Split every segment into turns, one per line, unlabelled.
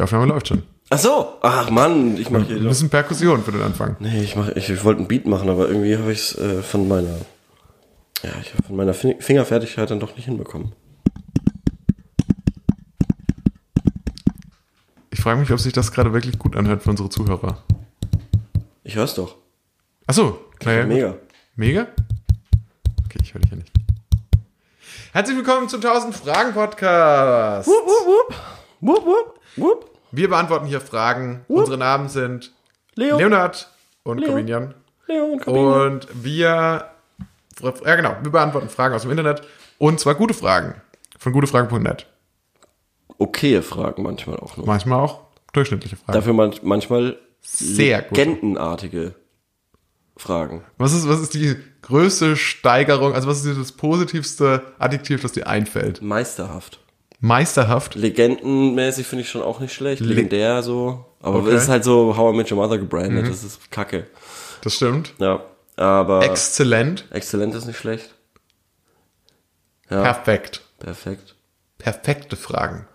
Aufnahme läuft schon.
Ach so. Ach Mann, ich mache hier
Ein
doch.
bisschen Perkussion für den Anfang.
Nee, ich, mach, ich, ich wollte einen Beat machen, aber irgendwie habe ich es äh, von meiner. Ja, ich habe von meiner Fin- Fingerfertigkeit dann doch nicht hinbekommen.
Ich frage mich, ob sich das gerade wirklich gut anhört für unsere Zuhörer.
Ich hör's doch.
Achso, naja. gut.
Mega.
Mega? Okay, ich höre dich ja nicht. Herzlich willkommen zum 1000 Fragen Podcast.
Wupp, wupp, wupp, wupp, wupp.
Wir beantworten hier Fragen. Unsere Namen sind
Leo, Oh.
Leonard und
Leo.
Comedian.
Leo und Kabine.
Und wir, ja genau, wir beantworten Fragen aus dem Internet. Und zwar gute Fragen. Von gutefragen.net.
Okay, Fragen manchmal auch nur.
Manchmal auch durchschnittliche Fragen.
Dafür man, manchmal
Sehr gut.
legendenartige Fragen.
Was ist, was ist die größte Steigerung, also was ist dir das positivste Adjektiv, das dir einfällt?
Meisterhaft.
Meisterhaft?
Legendenmäßig finde ich schon auch nicht schlecht. Legendär so. Aber
Okay.
es ist halt so How I Met Your Mother gebrandet. Das ist kacke.
Das stimmt.
Ja. Aber
Exzellent.
exzellent ist nicht schlecht.
Perfekt.
Perfekt.
Perfekte Fragen.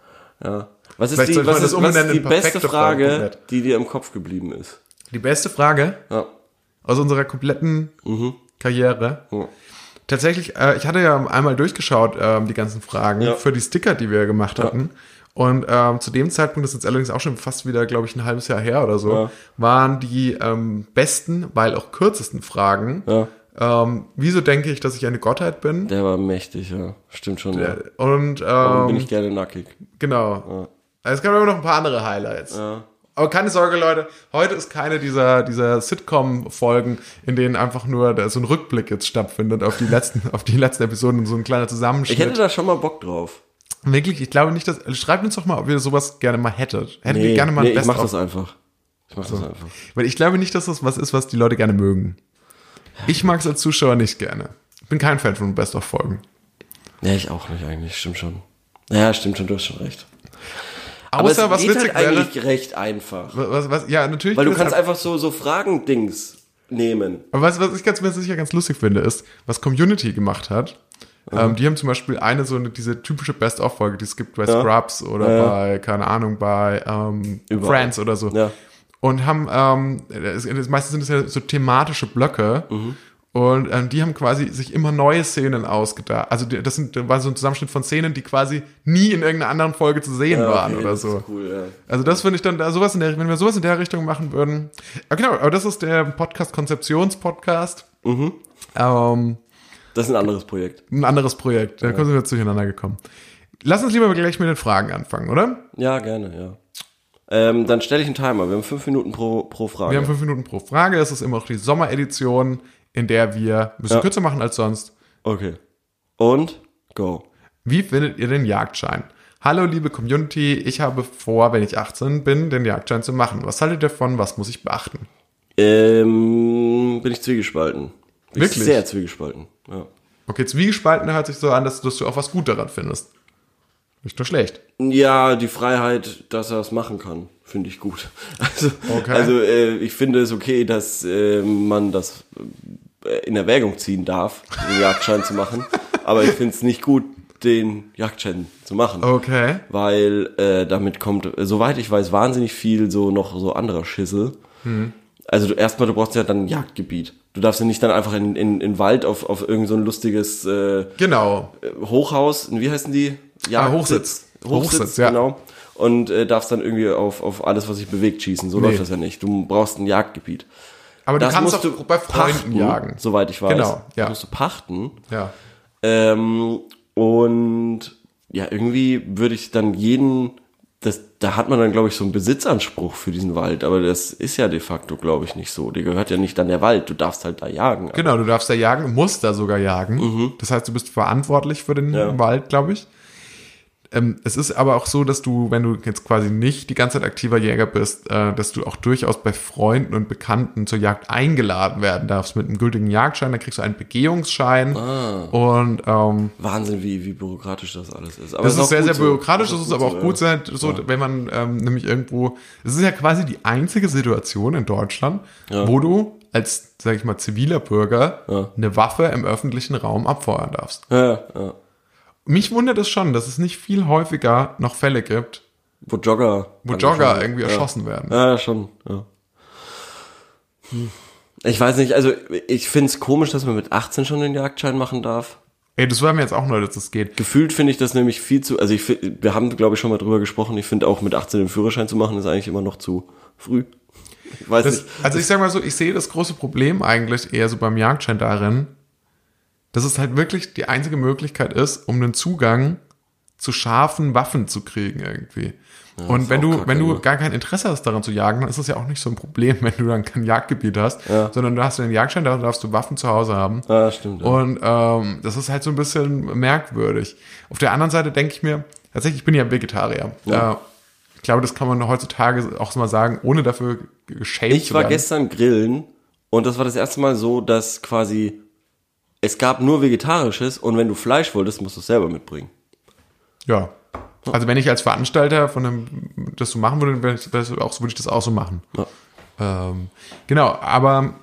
Ja. Was ist
Vielleicht
die,
sollten wir
was
das
ist, was
umbenennen
ist die
in
beste
perfekte Fragen
Frage,
komplett.
die dir im Kopf geblieben ist?
Die beste Frage
Ja.
aus unserer kompletten Karriere.
Mhm. Ja.
Tatsächlich, äh, ich hatte ja einmal durchgeschaut, ähm, die ganzen Fragen
Ja.
für die Sticker, die wir gemacht hatten. Und ähm, zu dem Zeitpunkt, das ist jetzt allerdings auch schon fast wieder, glaube ich, ein halbes Jahr her oder so,
Ja.
waren die ähm, besten, weil auch kürzesten Fragen.
Ja.
Ähm, wieso denke ich, dass ich eine Gottheit bin?
Der war mächtig, ja. Stimmt schon. Ja.
Und
Warum bin
ähm,
ich gerne nackig.
genau. Also es gab immer noch ein paar andere Highlights.
Ja.
Aber keine Sorge, Leute, heute ist keine dieser, dieser Sitcom-Folgen, in denen einfach nur da so ein Rückblick jetzt stattfindet auf die letzten, auf die letzten Episoden und so ein kleiner Zusammenschnitt.
Ich hätte da schon mal Bock drauf.
Wirklich, ich glaube nicht, dass. Schreibt uns doch mal, ob ihr sowas gerne mal hättet. Hättet ihr gerne mal
nee
ein
ich
Best
mach das
of.
einfach. Ich mach das einfach.
Weil ich glaube nicht, dass das was ist, was die Leute gerne mögen. Ich mag es als Zuschauer nicht gerne. Ich bin kein Fan von Best of Folgen.
Ja, ich auch nicht eigentlich, stimmt schon. Ja, stimmt schon, du hast schon recht.
Außer was witzig
halt
wäre.
eigentlich recht einfach.
Was, was, ja, natürlich.
Weil du
geht's
kannst
ab-
einfach so, so Fragen-Dings nehmen.
Aber was, was ich ganz mir sicher ganz lustig finde, ist, was Community gemacht hat.
Mhm.
Ähm, die haben zum Beispiel eine so eine, diese typische Best-of-Folge, die es gibt bei Scrubs oder bei, keine Ahnung, bei ähm,
Überall.
Friends oder so.
Ja.
Und haben, ähm, es, es, meistens sind es ja so thematische Blöcke.
Mhm.
Und ähm, die haben quasi sich immer neue Szenen ausgedacht. Also die, das, sind, das war so ein Zusammenschnitt von Szenen, die quasi nie in irgendeiner anderen Folge zu sehen waren
Okay,
oder
das
so.
Ist cool, ja.
Also das finde ich dann da sowas in der, wenn wir sowas in der Richtung machen würden. Ah, genau, aber das ist der Podcast Konzeptionspodcast. Ähm,
Das ist ein anderes Projekt.
ein anderes Projekt. Da sind wir zueinander gekommen. Lass uns lieber gleich mit den Fragen anfangen, oder?
Ja, gerne, ja. Ähm, dann stelle ich einen Timer. Wir haben fünf Minuten pro, pro Frage.
Wir haben fünf Minuten pro Frage. Es ist immer auch die Sommeredition, in der wir ein bisschen
Ja.
kürzer machen als sonst.
okay. Und go.
Wie findet ihr den Jagdschein? Hallo liebe Community, ich habe vor, wenn ich 18 bin, den Jagdschein zu machen. Was haltet ihr davon? Was muss ich beachten?
Ähm, bin ich zwiegespalten. Bin
Wirklich?
Ich sehr zwiegespalten. Ja.
Okay, zwiegespalten hört sich so an, dass, dass du auch was gut daran findest. Nicht nur schlecht.
Ja, die Freiheit, dass er es machen kann, finde ich gut. Also,
Okay.
also äh, ich finde es okay, dass äh, man das äh, in Erwägung ziehen darf, den Jagdschein zu machen. Aber ich finde es nicht gut, den Jagdschein zu machen.
Okay.
Weil äh, damit kommt, äh, soweit ich weiß, wahnsinnig viel so noch so anderer Schissel.
Mhm.
Also du erstmal, du brauchst ja dann ein Jagdgebiet. Du darfst ja nicht dann einfach in, in, in den Wald auf, auf irgend so ein lustiges äh,
Genau.
Hochhaus, wie heißen die? Ja,
Ah, Hochsitz.
Hochsitz,
Hochsitz, ja.
genau. Und äh, darfst dann irgendwie auf, auf alles, was sich bewegt, schießen. So läuft das ja nicht. Du brauchst ein Jagdgebiet.
Aber du
das
kannst
musst
auch bei Freunden
pachten,
jagen.
Soweit ich weiß.
Genau, ja.
Das musst du pachten.
Ja.
Ähm, und ja, irgendwie würde ich dann jeden, das, da hat man dann, glaube ich, so einen Besitzanspruch für diesen Wald. Aber das ist ja de facto, glaube ich, nicht so. Dir gehört ja nicht dann der Wald. Du darfst halt da jagen.
Genau, du darfst da jagen, musst da sogar jagen. Das heißt, du bist verantwortlich für den
Mhm. Ja.
Wald, glaube ich. Ähm, es ist aber auch so, dass du, wenn du jetzt quasi nicht die ganze Zeit aktiver Jäger bist, äh, dass du auch durchaus bei Freunden und Bekannten zur Jagd eingeladen werden darfst mit einem gültigen Jagdschein. Dann kriegst du einen Begehungsschein.
Ah.
Und ähm,
Wahnsinn, wie, wie bürokratisch das alles ist. Aber
Das,
auch
ist sehr,
gut
sehr
so.
bürokratisch, das ist
gut
aber
so,
auch
ja.
gut, sein, so, wenn man ähm, nämlich irgendwo. Es ist ja quasi die einzige Situation in Deutschland, wo du als, sag ich mal, ziviler Bürger eine Waffe im öffentlichen Raum abfeuern darfst.
Ja, ja.
Mich wundert es schon, dass es nicht viel häufiger noch Fälle gibt,
wo Jogger.
wo Jogger
angeschossen-
irgendwie
ja.
erschossen werden.
Ja, schon, ja. Hm. Ich weiß nicht, also ich find's komisch, dass man mit 18 schon den Jagdschein machen darf.
Ey, das war mir jetzt auch neu, dass das geht.
Gefühlt finde ich das nämlich viel zu, also ich, fi- wir haben, glaube ich, schon mal drüber gesprochen, ich finde auch mit 18 den Führerschein zu machen, ist eigentlich immer noch zu früh. Ich weiß
Das,
nicht.
also ich sag mal so, ich sehe das große Problem eigentlich eher so beim Jagdschein darin, dass es halt wirklich die einzige Möglichkeit ist, um einen Zugang zu scharfen Waffen zu kriegen irgendwie. Und wenn
auch
du,
kacke,
wenn du
ne?
gar kein Interesse hast, daran zu jagen, dann ist das ja auch nicht so ein Problem, wenn du dann kein Jagdgebiet hast, sondern du hast den Jagdschein, da darfst du Waffen zu Hause haben.
Ah, stimmt. Ja.
Und ähm, das ist halt so ein bisschen merkwürdig. Auf der anderen Seite denke ich mir, tatsächlich, ich bin ja Vegetarier.
Ja.
Äh, ich glaube, das kann man heutzutage auch mal sagen, ohne dafür geschämt
Ich
zu
war
werden.
gestern grillen und das war das erste Mal so, dass quasi es gab nur vegetarisches und wenn du Fleisch wolltest, musst du es selber mitbringen.
Ja. Also wenn ich als Veranstalter von einem das so machen würde, wäre ich- wäre ich auch, würde ich das auch so machen.
Ja.
Ähm, genau, aber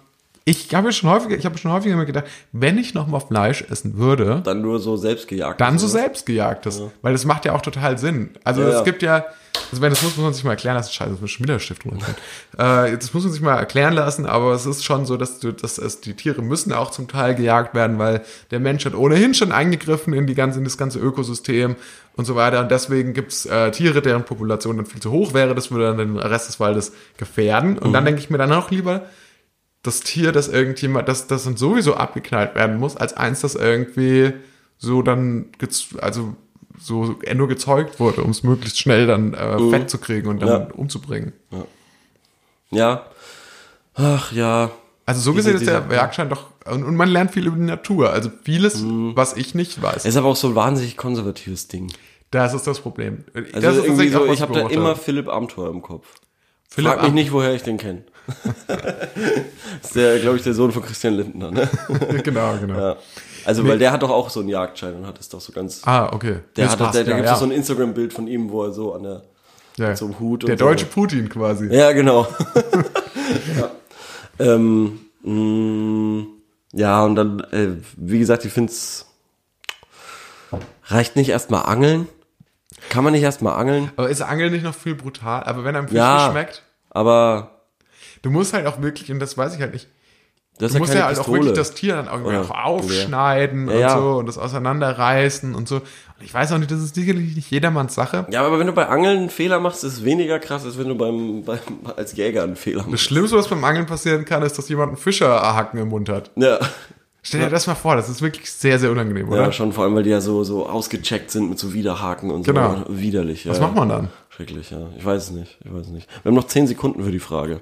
ich habe ja schon häufiger, ich habe schon häufiger mir gedacht, wenn ich noch mal Fleisch essen würde,
Dann nur so selbst gejagt.
dann so selbstgejagtes, weil das macht ja auch total Sinn. Also
Also Ja,
es
ja.
gibt ja, also wenn das muss, muss man sich mal erklären lassen, scheiße, das muss schon wieder der Stift runterfallen. äh, das muss man sich mal erklären lassen, aber es ist schon so, dass du, dass es, die Tiere müssen auch zum Teil gejagt werden, weil der Mensch hat ohnehin schon eingegriffen in die ganze, in das ganze Ökosystem und so weiter. Und deswegen gibt's äh, Tiere, deren Population dann viel zu hoch wäre, das würde dann den Rest des Waldes gefährden. Und
Mhm.
dann denke ich mir dann auch lieber, das Tier, das irgendjemand, das, das dann sowieso abgeknallt werden muss, als eins, das irgendwie so dann, gez- also so eher nur gezeugt wurde, um es möglichst schnell dann äh, fett zu kriegen und dann
Mhm. Ja.
umzubringen.
Ja. Ach ja.
Also so
Diese-
gesehen ist der
diese-
Jagdschein doch, und, und man lernt viel über die Natur, also vieles,
Mhm.
was ich nicht weiß.
Ist aber auch so ein wahnsinnig konservatives Ding.
Das ist das Problem.
Also
das ist
irgendwie
tatsächlich
so,
was
ich habe da
beobachte.
immer Philipp Amthor im Kopf.
Philipp
Frag mich
Am-
nicht, woher ich den kenne. ist der, glaube ich, der Sohn von Christian Lindner, ne?
genau, genau.
ja. Also, weil der hat doch auch so einen Jagdschein und hat es doch so ganz.
Ah, okay.
Der
Das
hat, doch-
passt,
der, da
ja,
gibt es
ja.
so ein Instagram-Bild von ihm, wo er so an der.
ja.
so einem Hut
Der
und so.
deutsche Putin quasi.
Ja, genau. ja. Ähm, mh, ja, und dann, äh, wie gesagt, ich finde es. Reicht nicht erstmal angeln? Kann man nicht erstmal angeln?
Aber ist Angeln nicht noch viel brutal? Aber wenn einem Fisch
Ja.
schmeckt,
Aber
du musst halt auch wirklich, und das weiß ich halt nicht,
das
Du
ist ja
musst
keine
ja halt auch
Pistole.
wirklich das Tier dann irgendwie
Oder
auch aufschneiden
Ja,
und
ja.
so und das auseinanderreißen und so. Und ich weiß auch nicht, das ist sicherlich nicht jedermanns Sache.
ja, aber wenn du bei Angeln einen Fehler machst, ist es weniger krass, als wenn du beim, beim als Jäger einen Fehler
Das
machst.
Schlimmste, was beim Angeln passieren kann, ist, dass jemand einen Fischerhaken im Mund hat.
Ja.
Stell dir das mal vor, das ist wirklich sehr, sehr unangenehm, oder?
ja, schon vor allem, weil die ja so, so ausgecheckt sind mit so Widerhaken und
Genau.
so. Widerlich, ja.
was macht man dann?
Schrecklich, ja. Ich weiß es nicht, ich weiß es nicht. Wir haben noch 10 Sekunden für die Frage.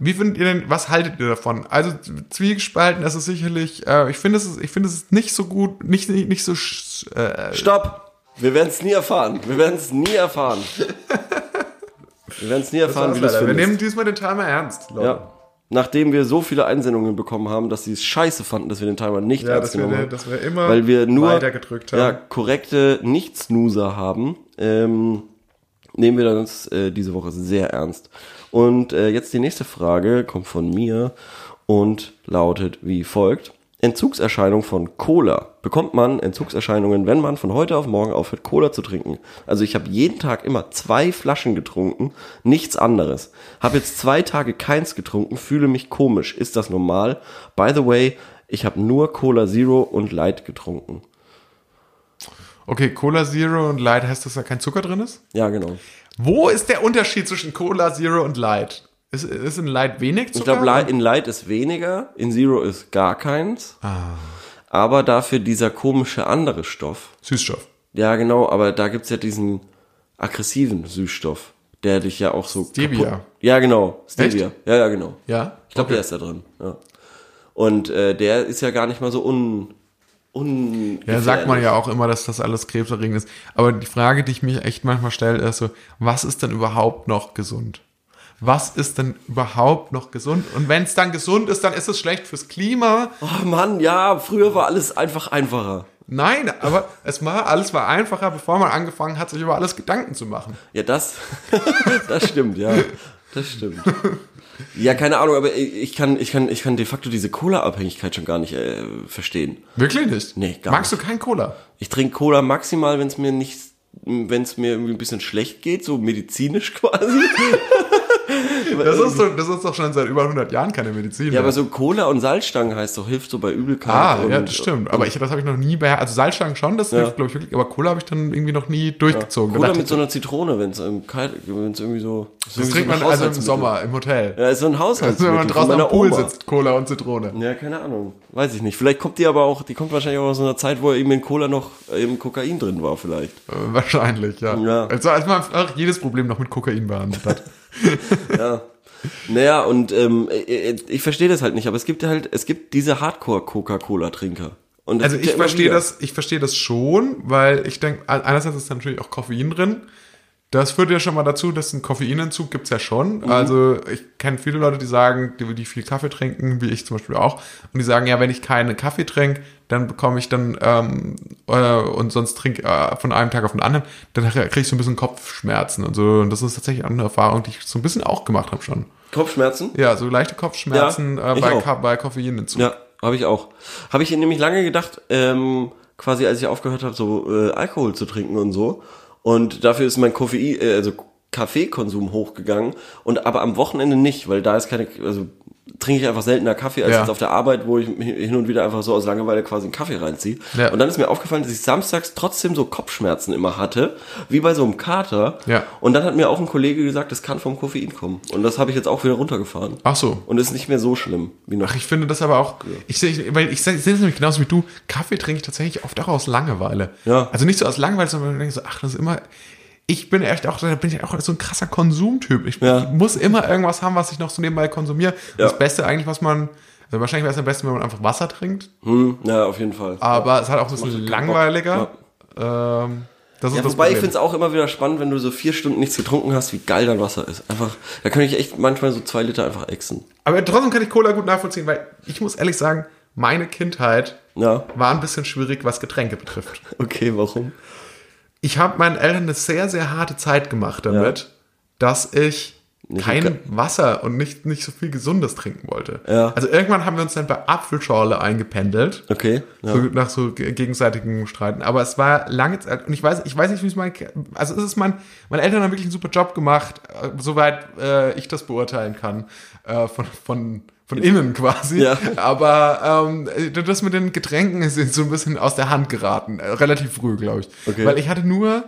Wie findet ihr denn, was haltet ihr davon? Also Zwiegespalten, das ist sicherlich, äh, ich finde es, ist- ich finde es ist nicht so gut, nicht, nicht, nicht so, sch- äh,
Stopp! Wir werden es nie erfahren. Wir werden es nie erfahren. Wir werden es nie erfahren, wie du es
wir
findest.
nehmen diesmal den Timer ernst, Leute.
Ja. Nachdem wir so viele Einsendungen bekommen haben, dass sie es scheiße fanden, dass wir den Timer nicht
Ja,
ernst
dass wir,
genommen
den-
haben.
dass wir immer
weil wir nur
weitergedrückt haben.
Ja, korrekte Nicht-Snoozer haben, ähm, nehmen wir das äh, diese Woche sehr ernst. Und äh, jetzt die nächste Frage kommt von mir und lautet wie folgt. Entzugserscheinung von Cola. Bekommt man Entzugserscheinungen, wenn man von heute auf morgen aufhört, Cola zu trinken? Also ich habe jeden Tag immer zwei Flaschen getrunken, nichts anderes. Habe jetzt zwei Tage keins getrunken, fühle mich komisch. Ist das normal? By the way, ich habe nur Cola Zero und Light getrunken.
Okay, Cola Zero und Light heißt, dass da kein Zucker drin ist?
Ja, genau.
Wo ist der Unterschied zwischen Cola Zero und Light? Ist, ist in Light wenig
Ich
Zucker?
glaube, in Light ist weniger, in Zero ist gar keins.
Ah.
Aber dafür dieser komische andere Stoff.
Süßstoff.
Ja, genau, aber da gibt's ja diesen aggressiven Süßstoff, der dich ja auch so.
Stevia.
kaputt- Ja, genau. Stevia. Ja, ja, genau.
Ja?
Ich glaube, der ist da drin. Ja. Und äh, der ist ja gar nicht mal so un. un
Ja, sagt man ja auch immer, dass das alles krebserregend ist. Aber die Frage, die ich mich echt manchmal stelle, ist so, was ist denn überhaupt noch gesund? Was ist denn überhaupt noch gesund? Und wenn es dann gesund ist, dann ist es schlecht fürs Klima.
Oh Mann, ja, früher war alles einfach einfacher.
Nein, aber es war, alles war einfacher, bevor man angefangen hat, sich über alles Gedanken zu machen.
Ja, das, das stimmt, ja. Das stimmt. Ja, keine Ahnung, aber ich kann, ich kann, ich kann de facto diese Cola-Abhängigkeit schon gar nicht äh, verstehen.
Wirklich nicht?
Nee, gar
Magst du kein Cola?
Ich trinke Cola maximal, wenn es mir nicht wenn es mir irgendwie ein bisschen schlecht geht, so medizinisch quasi.
Das ist, doch, das ist doch schon seit über 100 Jahren keine Medizin.
Ja,
mehr.
aber so Cola und Salzstangen heißt doch, hilft so bei Übelkeit.
ah,
und,
ja, das stimmt. Aber ich, das habe ich noch nie bei, also Salzstangen schon, das hilft, glaube ich, wirklich, aber Cola habe ich dann irgendwie noch nie durchgezogen. Da
äh, Cola
dachte
mit so einer Zitrone, wenn es irgendwie so.
ich, das trinkt man also im Sommer, im Hotel.
Ja, ist so ein
Also
Haushaltsmittel.
wenn man
von
draußen am
meiner
Pool
Oma.
sitzt, Cola und Zitrone.
Ja, keine Ahnung. Weiß ich nicht. Vielleicht kommt die aber auch, die kommt wahrscheinlich auch aus einer Zeit, wo eben in Cola noch äh, eben Kokain drin war, vielleicht.
Äh, Wahrscheinlich, ja.
Ja.
Also als man einfach jedes Problem noch mit Kokain behandelt hat.
Ja. Naja, und ähm, äh, äh, ich verstehe das halt nicht, aber es gibt halt, es gibt diese Hardcore-Coca-Cola-Trinker. Und es
Also
gibt
ich
ja immer
verstehe
wieder.
das, ich verstehe das schon, weil ich denke, einerseits ist da natürlich auch Koffein drin. Das führt ja schon mal dazu, dass ein Koffeinentzug gibt's ja schon.
Mhm.
Also ich kenne viele Leute, die sagen, die, die viel Kaffee trinken, wie ich zum Beispiel auch, und die sagen, ja, wenn ich keinen Kaffee trinke, dann bekomme ich dann ähm, äh, und sonst trinke äh, von einem Tag auf den anderen, dann kriege ich so ein bisschen Kopfschmerzen und so. Und das ist tatsächlich auch eine Erfahrung, die ich so ein bisschen auch gemacht habe schon.
Kopfschmerzen?
Ja, so leichte Kopfschmerzen
Ja,
äh,
ich
bei,
auch.
Ka bei Koffeinentzug.
Ja, habe ich auch. Habe ich nämlich lange gedacht, ähm, quasi als ich aufgehört habe, so äh, Alkohol zu trinken und so. Und dafür ist mein Koffein, äh, also Kaffeekonsum hochgegangen. Und aber am Wochenende nicht, weil da ist keine, also trinke ich einfach seltener Kaffee als
Ja.
jetzt auf der Arbeit, wo ich hin und wieder einfach so aus Langeweile quasi einen Kaffee reinziehe.
Ja.
Und dann ist mir aufgefallen, dass ich samstags trotzdem so Kopfschmerzen immer hatte, wie bei so einem Kater.
Ja.
Und dann hat mir auch ein Kollege gesagt, das kann vom Koffein kommen. Und das habe ich jetzt auch wieder runtergefahren.
Ach so.
Und ist nicht mehr so schlimm wie noch.
Ach, ich finde das aber auch, ich sehe, ich- weil ich sehe sehe es nämlich genauso wie du, Kaffee trinke ich tatsächlich oft auch aus Langeweile.
Ja.
Also nicht so aus Langeweile, sondern ich denke so, ach, das ist immer, ich bin echt auch, da bin ich auch so ein krasser Konsumtyp. Ich
Ja.
muss immer irgendwas haben, was ich noch so nebenbei konsumiere.
Ja.
Das Beste eigentlich, was man, also wahrscheinlich wäre es am besten, wenn man einfach Wasser trinkt,
Hm, ja, auf jeden Fall.
aber es ist halt auch ein bisschen
keinen Bock.
langweiliger. Ähm, das ist
ja,
das
wobei ich
Problem.
finde es auch immer wieder spannend, wenn du so vier Stunden nichts getrunken hast, wie geil dein Wasser ist. Einfach, da kann ich echt manchmal so zwei Liter einfach exen.
aber trotzdem kann ich Cola gut nachvollziehen, weil ich muss ehrlich sagen, meine Kindheit
Ja,
war ein bisschen schwierig, was Getränke betrifft.
okay, warum?
ich habe meinen Eltern eine sehr, sehr harte Zeit gemacht damit, dass ich kein
ge-
Wasser und nicht, nicht so viel Gesundes trinken wollte.
Ja.
Also irgendwann haben wir uns dann bei Apfelschorle eingependelt.
Okay, ja.
So, nach so ge- gegenseitigen Streiten. Aber es war lange Zeit, und ich weiß, ich weiß nicht, wie es mein, also es ist mein, meine Eltern haben wirklich einen super Job gemacht, äh, soweit äh, ich das beurteilen kann, äh, von, von, von innen quasi.
Ja.
Aber ähm, das mit den Getränken ist jetzt so ein bisschen aus der Hand geraten, äh, relativ früh, glaube ich.
Okay.
Weil ich hatte nur,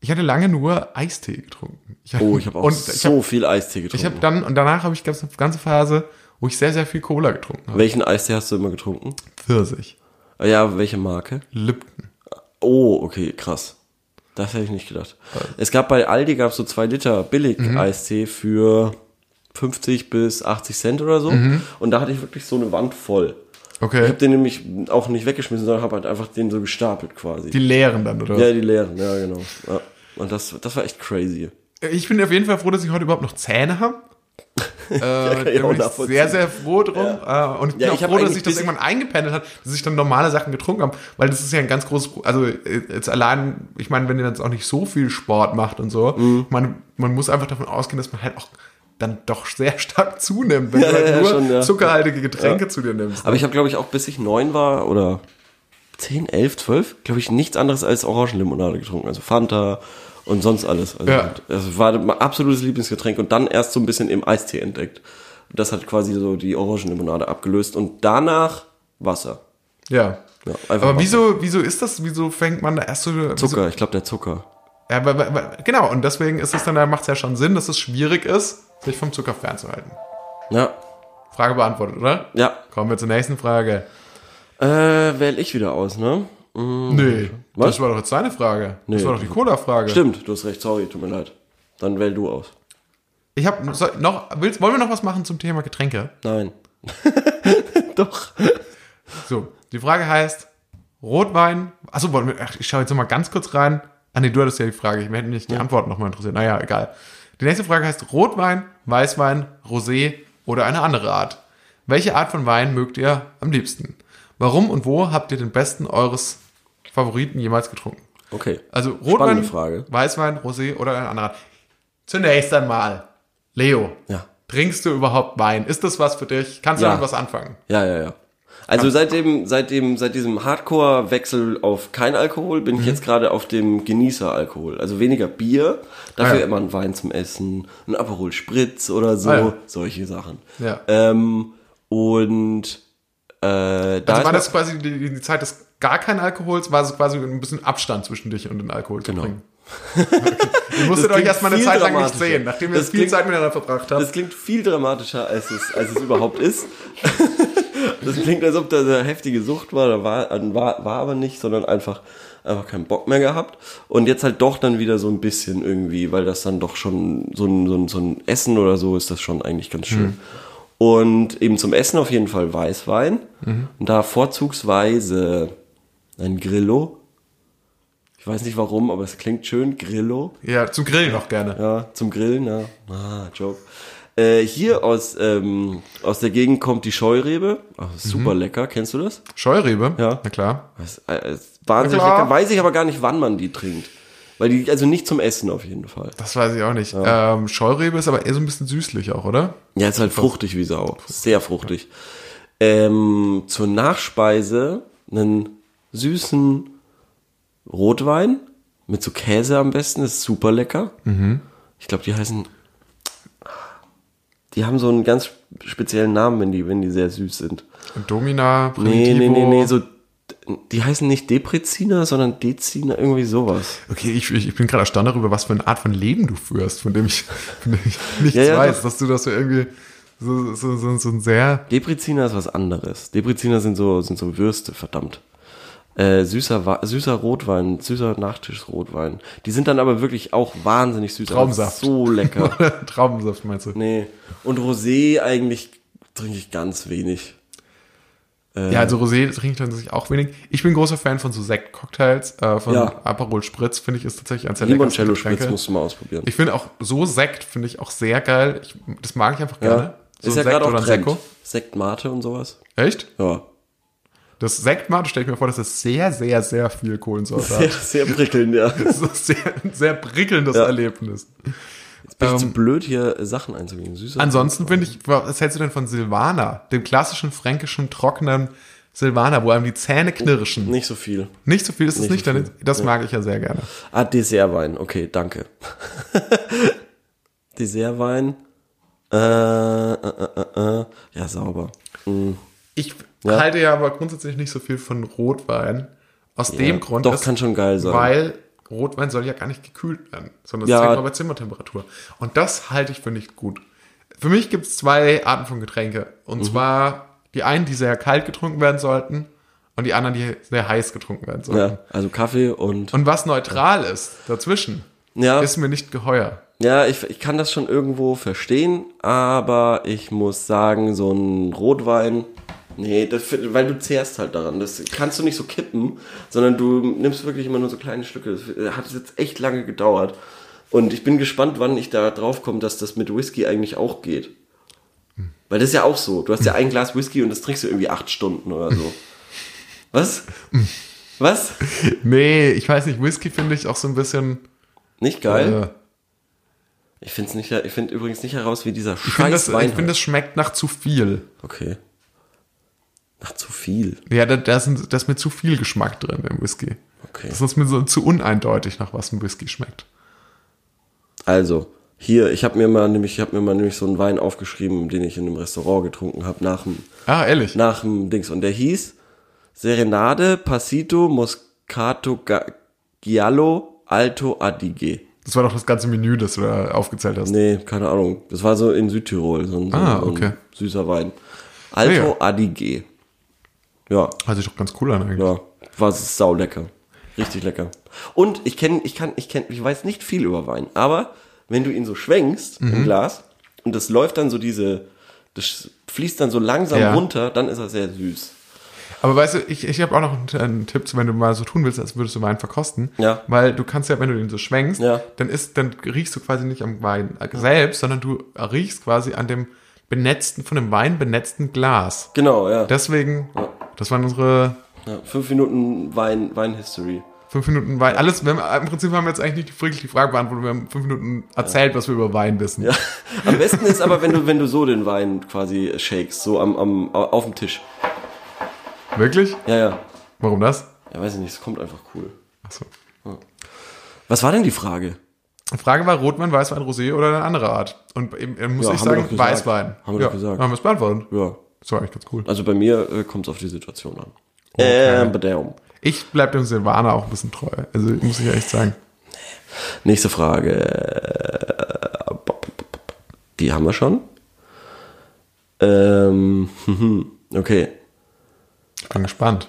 ich hatte lange nur Eistee getrunken. Ich hatte,
Oh, ich habe auch
und ich
so
habe
viel Eistee
ich hab
getrunken.
dann, und danach habe ich gab's eine ganze Phase, wo ich sehr, sehr viel Cola getrunken habe.
Welchen Eistee hast du immer getrunken?
Pfirsich.
Ah Ja, welche Marke?
Lipton.
Oh, okay, krass. Das hätte ich nicht gedacht. Es gab bei Aldi gab so zwei Liter billig
Mhm.
Eistee für 50 bis 80 Cent oder so.
Mhm.
Und da hatte ich wirklich so eine Wand voll.
Okay.
Ich habe den nämlich auch nicht weggeschmissen, sondern habe halt einfach den so gestapelt quasi.
Die leeren dann, oder? was?
ja, die leeren, ja, genau. Ja. Und das, das war echt crazy.
Äh, Ich bin auf jeden Fall froh, dass ich heute überhaupt noch Zähne habe. Äh, da
kann ich auch
bin ich
genau, nachvollziehen.
sehr, sehr froh drum. Äh, und ich bin
Ja,
auch
ich hab
froh, dass
eigentlich
sich das
bis-
irgendwann eingependelt hat, dass ich dann normale Sachen getrunken habe. Weil das ist ja ein ganz großes, Pro- also äh, jetzt allein, ich meine, wenn ihr jetzt auch nicht so viel Sport macht und so,
Mhm.
ich meine, man muss einfach davon ausgehen, dass man halt auch dann doch sehr stark zunimmt, wenn du halt
ja,
nur
schon, ja.
zuckerhaltige Getränke zu dir nimmst.
Aber ich habe, glaube ich, auch bis ich neun war oder 10, 11, 12, glaube ich, nichts anderes als Orangenlimonade getrunken. Also Fanta und sonst alles. Also
Ja.
Das war mein absolutes Lieblingsgetränk und dann erst so ein bisschen im Eistee entdeckt. Und Das hat quasi so die Orangenlimonade abgelöst und danach Wasser.
Ja.
Ja, einfach
Aber
machen.
wieso, wieso ist das, wieso fängt man da erst so, wieso
Zucker, ich glaube, der Zucker.
Ja, weil, weil, weil, genau, und deswegen ist es dann, macht es ja schon Sinn, dass es schwierig ist, sich vom Zucker fernzuhalten.
Ja.
Frage beantwortet, oder?
Ja.
Kommen wir zur nächsten Frage.
Äh, wähle ich wieder aus, ne?
Nee,
Was?
das war doch jetzt deine Frage. Das
Nee.
war doch die Cola-Frage.
Stimmt, du hast recht, sorry, tut mir leid. Dann wähl du aus.
Ich habe soll, noch, willst, wollen wir noch was machen zum Thema Getränke?
Nein. Doch.
So, die Frage heißt, Rotwein, achso, wollen wir, ach, ich schaue jetzt nochmal ganz kurz rein. Ah nee, du hattest ja die Frage, ich hätte mich die Antwort nochmal interessiert. Naja, egal. Die nächste Frage heißt Rotwein, Weißwein, Rosé oder eine andere Art. Welche Art von Wein mögt ihr am liebsten? Warum und wo habt ihr den besten eures Favoriten jemals getrunken?
Okay.
Also Rotwein,
Spannende Frage.
Weißwein, Rosé oder eine andere Art. Zunächst einmal, Leo,
Ja.
trinkst du überhaupt Wein? Ist das was für dich? Kannst du
Ja.
damit was anfangen?
Ja, ja, ja. Also seitdem, seitdem, seit diesem Hardcore-Wechsel auf kein Alkohol bin
Mhm.
ich jetzt gerade auf dem Genießer-Alkohol. Also weniger Bier, dafür
Ah ja.
immer ein Wein zum Essen, ein Aperol Spritz oder so,
Ah ja.
solche Sachen.
Ja.
Ähm, und äh, da
Also
ist
war
man-
das quasi die, die Zeit des gar keinen Alkohols, war so quasi ein bisschen Abstand zwischen dich und den Alkohol
Genau.
zu bringen. Okay. Ihr musstet
Das
euch erstmal eine
klingt
Zeit
viel
lang nicht
dramatischer.
sehen, nachdem ihr
Das
viel
klingt-
Zeit miteinander verbracht habt.
Das klingt viel dramatischer, als es, als es überhaupt ist. Das klingt, als ob da eine heftige Sucht war, da war, war, war aber nicht, sondern einfach, einfach keinen Bock mehr gehabt. Und jetzt halt doch dann wieder so ein bisschen irgendwie, weil das dann doch schon so ein, so ein, so ein Essen oder so ist das schon eigentlich ganz schön. Und eben zum Essen auf jeden Fall Weißwein. Und da vorzugsweise ein Grillo. Ich weiß nicht warum, aber es klingt schön, Grillo.
ja, zum Grillen auch gerne.
Ja, zum Grillen, ja. Ah, Joke. Äh, hier aus, ähm, aus der Gegend kommt die Scheurebe. Ach, super lecker, kennst du das?
Scheurebe,
Ja.
na klar.
das ist, äh, ist wahnsinnig
Na klar.
lecker. Weiß ich aber gar nicht, wann man die trinkt. Weil die, also nicht zum Essen auf jeden Fall.
Das weiß ich auch nicht. Ähm, Scheurebe ist aber eher so ein bisschen süßlich auch, oder?
Ja, ist halt fruchtig wie Sau. Sehr fruchtig. Ähm, zur Nachspeise einen süßen Rotwein mit so Käse am besten, ist super lecker. Ich glaube, die heißen. Die haben so einen ganz speziellen Namen, wenn die, wenn die sehr süß sind.
Und Domina,
Nee,
Primitivo.
nee, nee, nee, so. Die heißen nicht Depreziner, sondern Deziner, irgendwie sowas.
Okay, ich, ich, ich bin gerade erstaunt darüber, was für eine Art von Leben du führst, von dem ich, von dem ich nichts
Ja, ja,
weiß,
doch.
dass du das so irgendwie so, so, so, so ein sehr.
Debreziner ist was anderes. Debreziner sind so, sind so Würste, verdammt. Äh, süßer, Wa- süßer Rotwein, süßer Nachtischrotwein. Die sind dann aber wirklich auch wahnsinnig süß. aber
Traubensaft.
So lecker.
Traubensaft meinst du?
nee. Und Rosé eigentlich trinke ich ganz wenig.
Ja,
Äh.
also Rosé trinke ich tatsächlich auch wenig. Ich bin großer Fan von so Sektcocktails, äh, von
Ja.
Aperol Spritz, finde ich, ist tatsächlich eins der leckersten
Limoncello Spritz
Getränke.
musst du mal ausprobieren.
Ich finde auch so Sekt, finde ich auch sehr geil. Ich, das mag ich einfach gerne.
ja.
So
ist
ein
ja gerade auch
ein
Trend.
Sekko.
Sekt Mate und sowas.
Echt?
Ja.
Das Sektmat stelle ich mir vor, dass das sehr, sehr, sehr viel Kohlensäure
Sehr,
hat.
sehr prickelnd, ja. Jetzt
Das ist sehr, ein sehr prickelndes Erlebnis.
bin ich zu
Ähm.
blöd, hier äh, Sachen einzugeben. Süßer
Ansonsten finde ich, was hältst du denn von Silvaner? Dem klassischen fränkischen, trockenen Silvaner, wo einem die Zähne knirschen.
Nicht so viel.
Nicht so viel ist es nicht,
Oh. so
deine- das mag ich ja sehr gerne.
Ah, Dessertwein. Okay, danke. Dessertwein. Äh, äh, äh, äh. Ja, sauber.
Ich halte ja aber grundsätzlich nicht so viel von Rotwein. Aus dem Grund,
Doch,
dass-
kann schon geil sein.
weil Rotwein soll ja gar nicht gekühlt werden, sondern
Ja.
es trinkt man bei Zimmertemperatur. Und das halte ich für nicht gut. Für mich gibt es zwei Arten von Getränke. Und
Mhm.
zwar die einen, die sehr kalt getrunken werden sollten und die anderen, die sehr heiß getrunken werden sollten.
ja, also Kaffee und.
Und was neutral ist dazwischen,
Ja.
ist mir nicht geheuer.
Ja, ich, ich kann das schon irgendwo verstehen, aber ich muss sagen, so ein Rotwein. Nee, das, weil du zehrst halt daran. Das kannst du nicht so kippen, sondern du nimmst wirklich immer nur so kleine Stücke. Das äh, hat jetzt echt lange gedauert. Und ich bin gespannt, wann ich da drauf komme, dass das mit Whisky eigentlich auch geht. Weil das ist ja auch so. Du hast ja ein Glas Whisky und das trinkst du irgendwie acht Stunden oder so. Was?
Mm.
Was?
Nee, ich weiß nicht, Whisky finde ich auch so ein bisschen.
Nicht geil?
Äh,
Ich find's nicht, ich find übrigens nicht heraus, wie dieser
ich finde, das,
scheiß
ich
Wein
finde, das schmeckt nach zu viel.
Okay. Ach, zu viel.
Ja, da, da, sind, da ist mir zu viel Geschmack drin im Whisky.
Okay.
Das ist mir so zu uneindeutig, nach was ein Whisky schmeckt.
Also, hier, ich habe mir mal nämlich, ich habe mir mal nämlich so einen Wein aufgeschrieben, den ich in einem Restaurant getrunken habe, nach dem,
Ah, ehrlich.
nach dem Dings. Und der hieß Serenade Passito Moscato Ga Giallo Alto Adige.
Das war doch das ganze Menü, das du da aufgezählt hast.
Nee, keine Ahnung. Das war so in Südtirol, so ein, so
Ah,
ein- so ein
okay. Ah,
süßer Wein. Alto
Ja, ja.
Adige. Ja,
Hört sich doch ganz cool an eigentlich.
Ja, war sau lecker. Richtig lecker. Und ich kenne, ich kann, ich kenne, ich weiß nicht viel über Wein, aber wenn du ihn so schwenkst
Mhm.
im Glas und das läuft dann so diese, das fließt dann so langsam
Ja.
runter, dann ist er sehr süß.
Aber weißt du, ich, ich habe auch noch einen, einen Tipp, wenn du mal so tun willst, als würdest du Wein verkosten.
Ja.
Weil du kannst ja, wenn du den so schwenkst,
Ja.
dann ist, dann riechst du quasi nicht am Wein selbst, sondern du riechst quasi an dem benetzten, von dem Wein benetzten Glas.
Genau, ja.
Deswegen, das waren unsere
ja fünf Minuten Wein, Wein-History.
fünf Minuten Wein. Alles, wir haben, im Prinzip haben wir jetzt eigentlich nicht wirklich die Frage beantwortet. Wir haben fünf Minuten erzählt, was wir über Wein wissen.
Ja. Am besten ist aber, wenn du, wenn du so den Wein quasi shakes, so am, am, auf dem Tisch.
Wirklich?
Ja, ja.
Warum das?
Ja, weiß ich nicht, es kommt einfach cool.
Achso.
Was war denn die Frage?
Die Frage war Rotwein, Weißwein, Rosé oder eine andere Art. Und eben, eben muss
Ja,
ich
haben wir doch
sagen,
gesagt.
Weißwein.
Haben wir
ja,
doch gesagt.
Haben wir es beantwortet.
Ja.
Das war eigentlich ganz cool.
Also bei mir äh, kommt es auf die Situation an.
Okay.
Äh, badam.
Ich bleib dem Silvaner auch ein bisschen treu. Also muss ich echt sagen.
Nächste Frage. Die haben wir schon. Ähm, okay.
Ich bin gespannt.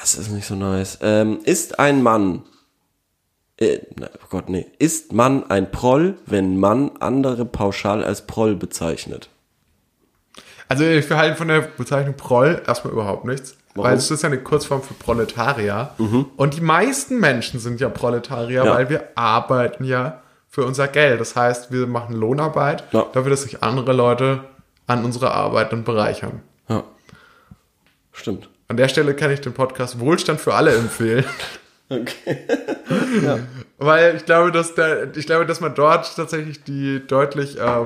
Das ist nicht so nice. Ähm, ist ein Mann. Äh, na, oh Gott, nee. Ist Mann ein Proll, wenn Mann andere pauschal als Proll bezeichnet?
Also ich verhalte von der Bezeichnung Proll erstmal überhaupt nichts.
Warum? Mhm.
Weil es ist ja eine Kurzform für Proletarier. Und die meisten Menschen sind ja Proletarier,
Ja.
weil wir arbeiten ja für unser Geld. Das heißt, wir machen Lohnarbeit
Ja.
dafür, dass sich andere Leute an unserer Arbeit dann bereichern.
Ja. Stimmt.
An der Stelle kann ich den Podcast Wohlstand für alle empfehlen.
Okay.
Weil ich glaube, dass da, ich glaube, dass man dort tatsächlich die deutlich ähm,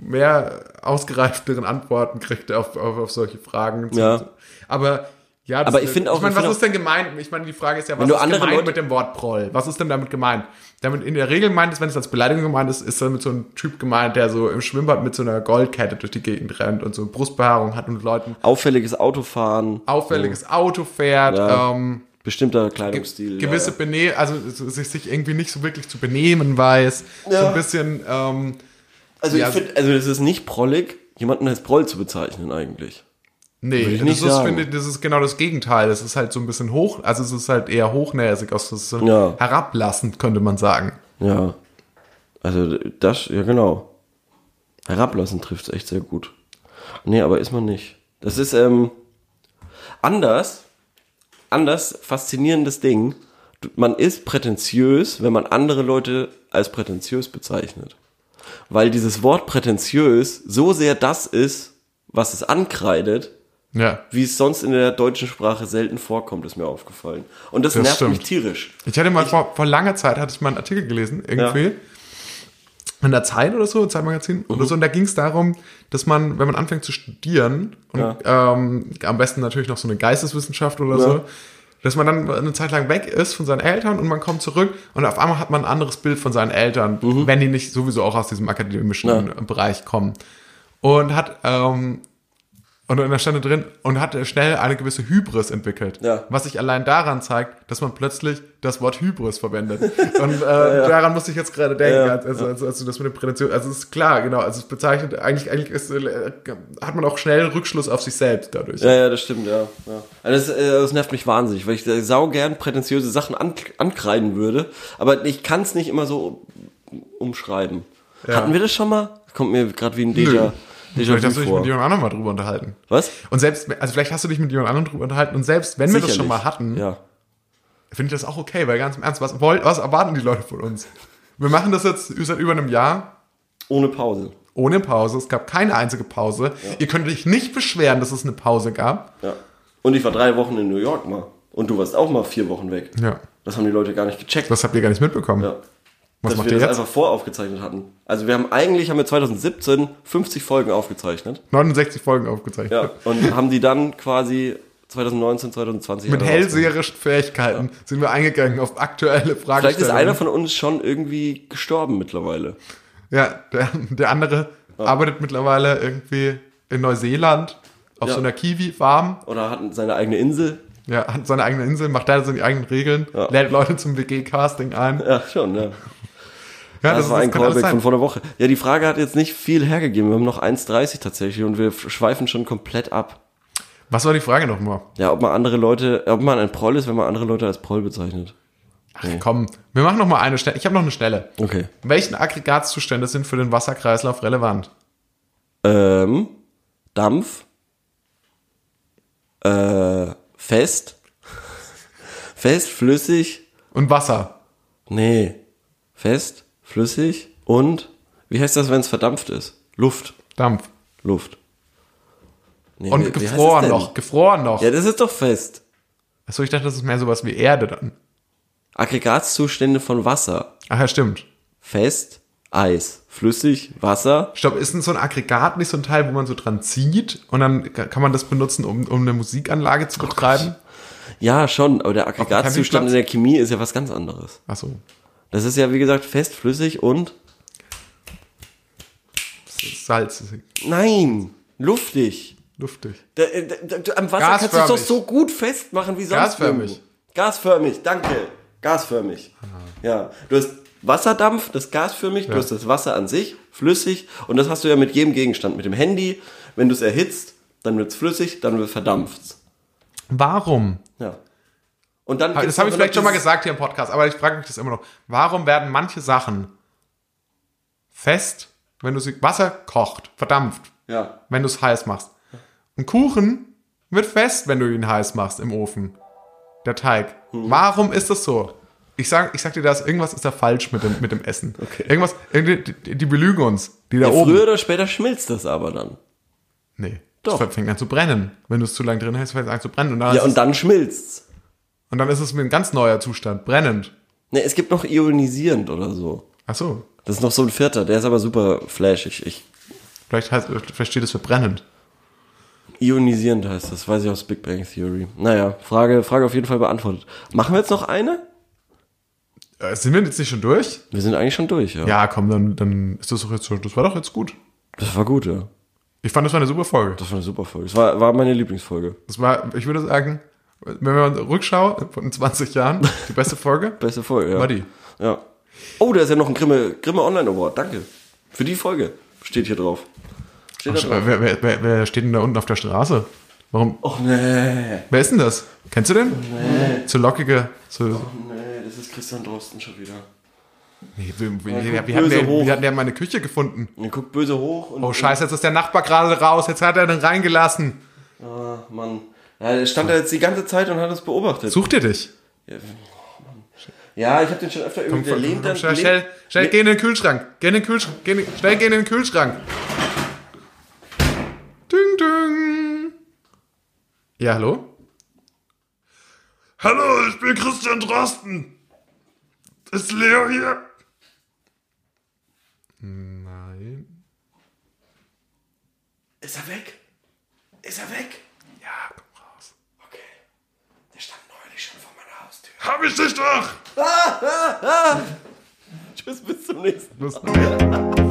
mehr ausgereifteren Antworten kriegt auf, auf, auf solche Fragen.
Ja.
Aber ja, das,
Aber ich finde auch-
Ich meine,
ich
was
finde
ist denn gemeint? Ich meine, die Frage ist ja, was
du
ist
andere
gemeint
Leute-
mit dem Wort Proll? Was ist denn damit gemeint? Damit in der Regel meint es, wenn es als Beleidigung gemeint ist, ist damit so ein Typ gemeint, der so im Schwimmbad mit so einer Goldkette durch die Gegend rennt und so eine Brustbehaarung hat und Leuten
Auffälliges Autofahren.
auffälliges Auto fährt.
Oh. Ja.
Ähm,
Bestimmter Kleidungsstil.
gewisse Bene also sich, sich irgendwie nicht so wirklich zu benehmen weiß. So
Ja.
ein bisschen, ähm,
Also
Ja.
ich finde, also es ist nicht prollig, jemanden als Proll zu bezeichnen eigentlich.
nee,
ich
das
nicht
ist,
sagen.
finde, ich, das ist genau das Gegenteil. Das ist halt so ein bisschen hoch, also es ist halt eher hochnäsig, aus das ist so
Ja.
herablassend, könnte man sagen.
Ja. Also das, ja genau. Herablassen trifft es echt sehr gut. Nee, aber ist man nicht. Das ist ähm, anders, anders faszinierendes Ding. Du- Man ist prätentiös, wenn man andere Leute als prätentiös bezeichnet. Weil dieses Wort prätentiös so sehr das ist, was es ankreidet,
Ja.
wie es sonst in der deutschen Sprache selten vorkommt, ist mir aufgefallen. Und das,
Das
nervt
stimmt.
mich tierisch.
Ich hatte mal vor, vor langer Zeit hatte ich mal einen Artikel gelesen, irgendwie. In der Zeit oder so, Zeitmagazin oder so, und da ging es darum, dass man, wenn man anfängt zu studieren, und ähm, am besten natürlich noch so eine Geisteswissenschaft oder so, dass man dann eine Zeit lang weg ist von seinen Eltern und man kommt zurück und auf einmal hat man ein anderes Bild von seinen Eltern, wenn die nicht sowieso auch aus diesem akademischen Bereich kommen. Und hat ähm, und da stand er drin und hat schnell eine gewisse Hybris entwickelt.
Ja.
Was sich allein daran zeigt, dass man plötzlich das Wort Hybris verwendet. Und äh, daran musste ich jetzt gerade denken,
Ja, ja.
als, also, als, als, als du das mit der Prätention. Also es ist klar, genau. Also es bezeichnet eigentlich, eigentlich ist, äh, hat man auch schnell Rückschluss auf sich selbst dadurch.
Ja, ja, das stimmt, ja. ja. Also das, äh, das nervt mich wahnsinnig, weil ich da sau gern prätentiöse Sachen an, ankreiden würde, aber ich kann es nicht immer so um- umschreiben. Hatten wir das schon mal? Kommt mir gerade wie ein Déjà,
Vielleicht hast du
Déjà
dich
vor.
mit jemand anderem mal drüber unterhalten.
Was?
Und selbst, also vielleicht hast du dich mit jemand anderem drüber unterhalten und selbst wenn wir das schon mal
Sicherlich.
hatten,
Ja.
finde ich das auch okay, weil ganz im Ernst, was, wollt- was erwarten die Leute von uns? Wir machen das jetzt seit über einem Jahr.
Ohne Pause.
ohne Pause. Es gab keine einzige Pause. Ihr könnt euch nicht beschweren, dass es eine Pause gab.
Ja. Und ich war drei Wochen in New York mal. Und du warst auch mal vier Wochen weg.
Ja.
Das haben die Leute gar nicht gecheckt.
Das habt ihr gar nicht mitbekommen.
Ja.
Was
dass
macht
wir
ihr
das
jetzt?
einfach voraufgezeichnet hatten. Also wir haben eigentlich, haben wir 2017 50 Folgen aufgezeichnet.
69 Folgen aufgezeichnet.
Ja. Und haben die dann quasi 2019, 2020.
Mit
alle
hellseherischen Fähigkeiten sind wir eingegangen auf aktuelle Fragen.
Vielleicht ist einer von uns schon irgendwie gestorben mittlerweile.
Ja, der, der andere arbeitet mittlerweile irgendwie in Neuseeland auf
Ja.
so einer Kiwi-Farm.
Oder hat seine eigene Insel.
Ja, hat seine eigene Insel, macht da seine eigenen Regeln,
Ja.
lädt Leute zum WG-Casting ein. Ja,
Ja, schon, ne?
das,
Das,
ist-
war ein
kann alles
Callback
sein.
von vor der Woche. Ja, die Frage hat jetzt nicht viel hergegeben. Wir haben noch 1,30 tatsächlich und wir f- schweifen schon komplett ab.
Was war die Frage nochmal?
Ja, ob man andere Leute, ob man ein Proll ist, wenn man andere Leute als Proll bezeichnet.
Ach komm, wir machen nochmal eine Stelle. Ich habe noch eine Stelle.
Okay.
Welchen Aggregatzustände sind für den Wasserkreislauf relevant?
Ähm, Dampf. Äh, fest. fest, flüssig.
Und Wasser.
Nee. Fest, flüssig und wie heißt das, wenn es verdampft ist? Luft.
Dampf.
Luft. Nee,
Und
wie- wie heißt
gefroren
das denn?
noch. Gefroren noch.
Ja, das ist doch fest.
Achso, ich dachte, das ist mehr sowas wie Erde dann.
Aggregatzustände von Wasser.
Ach ja, stimmt.
Fest, Eis, flüssig, Wasser.
Ich glaube, ist denn so ein Aggregat nicht so ein Teil, wo man so dran zieht und dann ka- kann man das benutzen, um, um eine Musikanlage
Oh
zu betreiben?
Ja, schon, aber der
dem
Aggregatzustand in der Chemie ist ja was ganz anderes.
Ach so,
Das ist ja, wie gesagt, fest, flüssig und.
das ist Salz, das ist
Nein! Luftig!
luftig.
Da, da, da, du- am Wasser kannst du es doch
Gasförmig.
so gut festmachen wie sonst
Gasförmig.
irgendwo. Gasförmig, danke. Gasförmig. Ja, du hast Wasserdampf, das gasförmig, du hast das Wasser an sich, flüssig und das hast du ja mit jedem Gegenstand, mit dem Handy. Wenn du es erhitzt, dann wird es flüssig, dann verdampft es.
Warum?
Ja. Und dann gibt's
Das habe ich
noch
vielleicht schon mal
dieses-
gesagt hier im Podcast, aber ich frage mich das immer noch. Warum werden manche Sachen fest, wenn du sie Wasser kocht, verdampft,
Ja,
wenn du es heiß machst? Ein Kuchen wird fest, wenn du ihn heiß machst im Ofen. Der Teig.
Hm.
Warum ist das so? Ich sag, ich sag dir das, irgendwas ist da falsch mit dem, mit dem Essen. Irgendwas, irgendwie, die, die belügen uns, die da
Ja,
oben.
früher oder später schmilzt das aber dann.
Nee.
Doch.
Das fängt an zu brennen. Wenn du es zu lange drin hältst, fängt es an zu brennen. Und dann,
Ja,
ist
und dann schmilzt's.
es, und dann ist es ein ganz neuer Zustand, brennend.
Ne, es gibt noch ionisierend oder so.
Ach so,
Das ist noch so ein vierter, der ist aber super flashig. Ich,
vielleicht, heißt, vielleicht steht es für brennend.
ionisierend heißt das, weiß ich aus Big Bang Theory. Naja, Frage, Frage auf jeden Fall beantwortet. Machen wir jetzt noch eine?
Äh, sind wir jetzt nicht schon durch?
Wir sind eigentlich schon durch, ja.
Ja, komm, dann, dann ist das doch jetzt schon. Das war doch jetzt gut.
Das war gut, ja.
Ich fand, das war eine super Folge.
Das war eine super Folge. Das war, war meine Lieblingsfolge.
Das war, ich würde sagen, wenn wir mal rückschauen, von 20 Jahren, die beste Folge.
Beste Folge, ja.
War die.
Ja. Oh, da ist ja noch ein Grimme, Grimme Online Award. Danke. Für die Folge. Steht hier drauf. Steht da drauf.
Wer, wer, wer, wer steht denn da unten auf der Straße? Warum?
Och nee.
Wer ist denn das? Kennst du den? Nee. Zu lockige. Zu,
Nee, das ist Christian Drosten schon wieder.
nee, wir, wir,
guck,
wir, hatten
böse
den,
hoch.
wir hatten ja meine Küche gefunden.
Er guckt böse hoch und.
Oh scheiße, jetzt ist der Nachbar gerade raus. Jetzt hat er den reingelassen.
Ah, Mann. Ja, der stand da jetzt die ganze Zeit und hat uns beobachtet.
Such dir dich.
Ja, ich habe den schon öfter irgendwie. Der lehnt dann.
schnell,
lehnt-
schnell, schnell,
lehnt-
geh in den Kühlschrank. Geh in den Kühlschrank. Geh in den, schnell, geh in den Kühlschrank. Ding, ding. Ja, hallo? Hallo, ich bin Christian Drosten. Ist Leo hier? Nein.
Ist er weg? Ist er weg?
Ja, komm raus.
Okay. Der stand neulich schon vor meiner Haustür.
Hab ich dich doch!
Tschüss, bis zum nächsten Mal.
Los.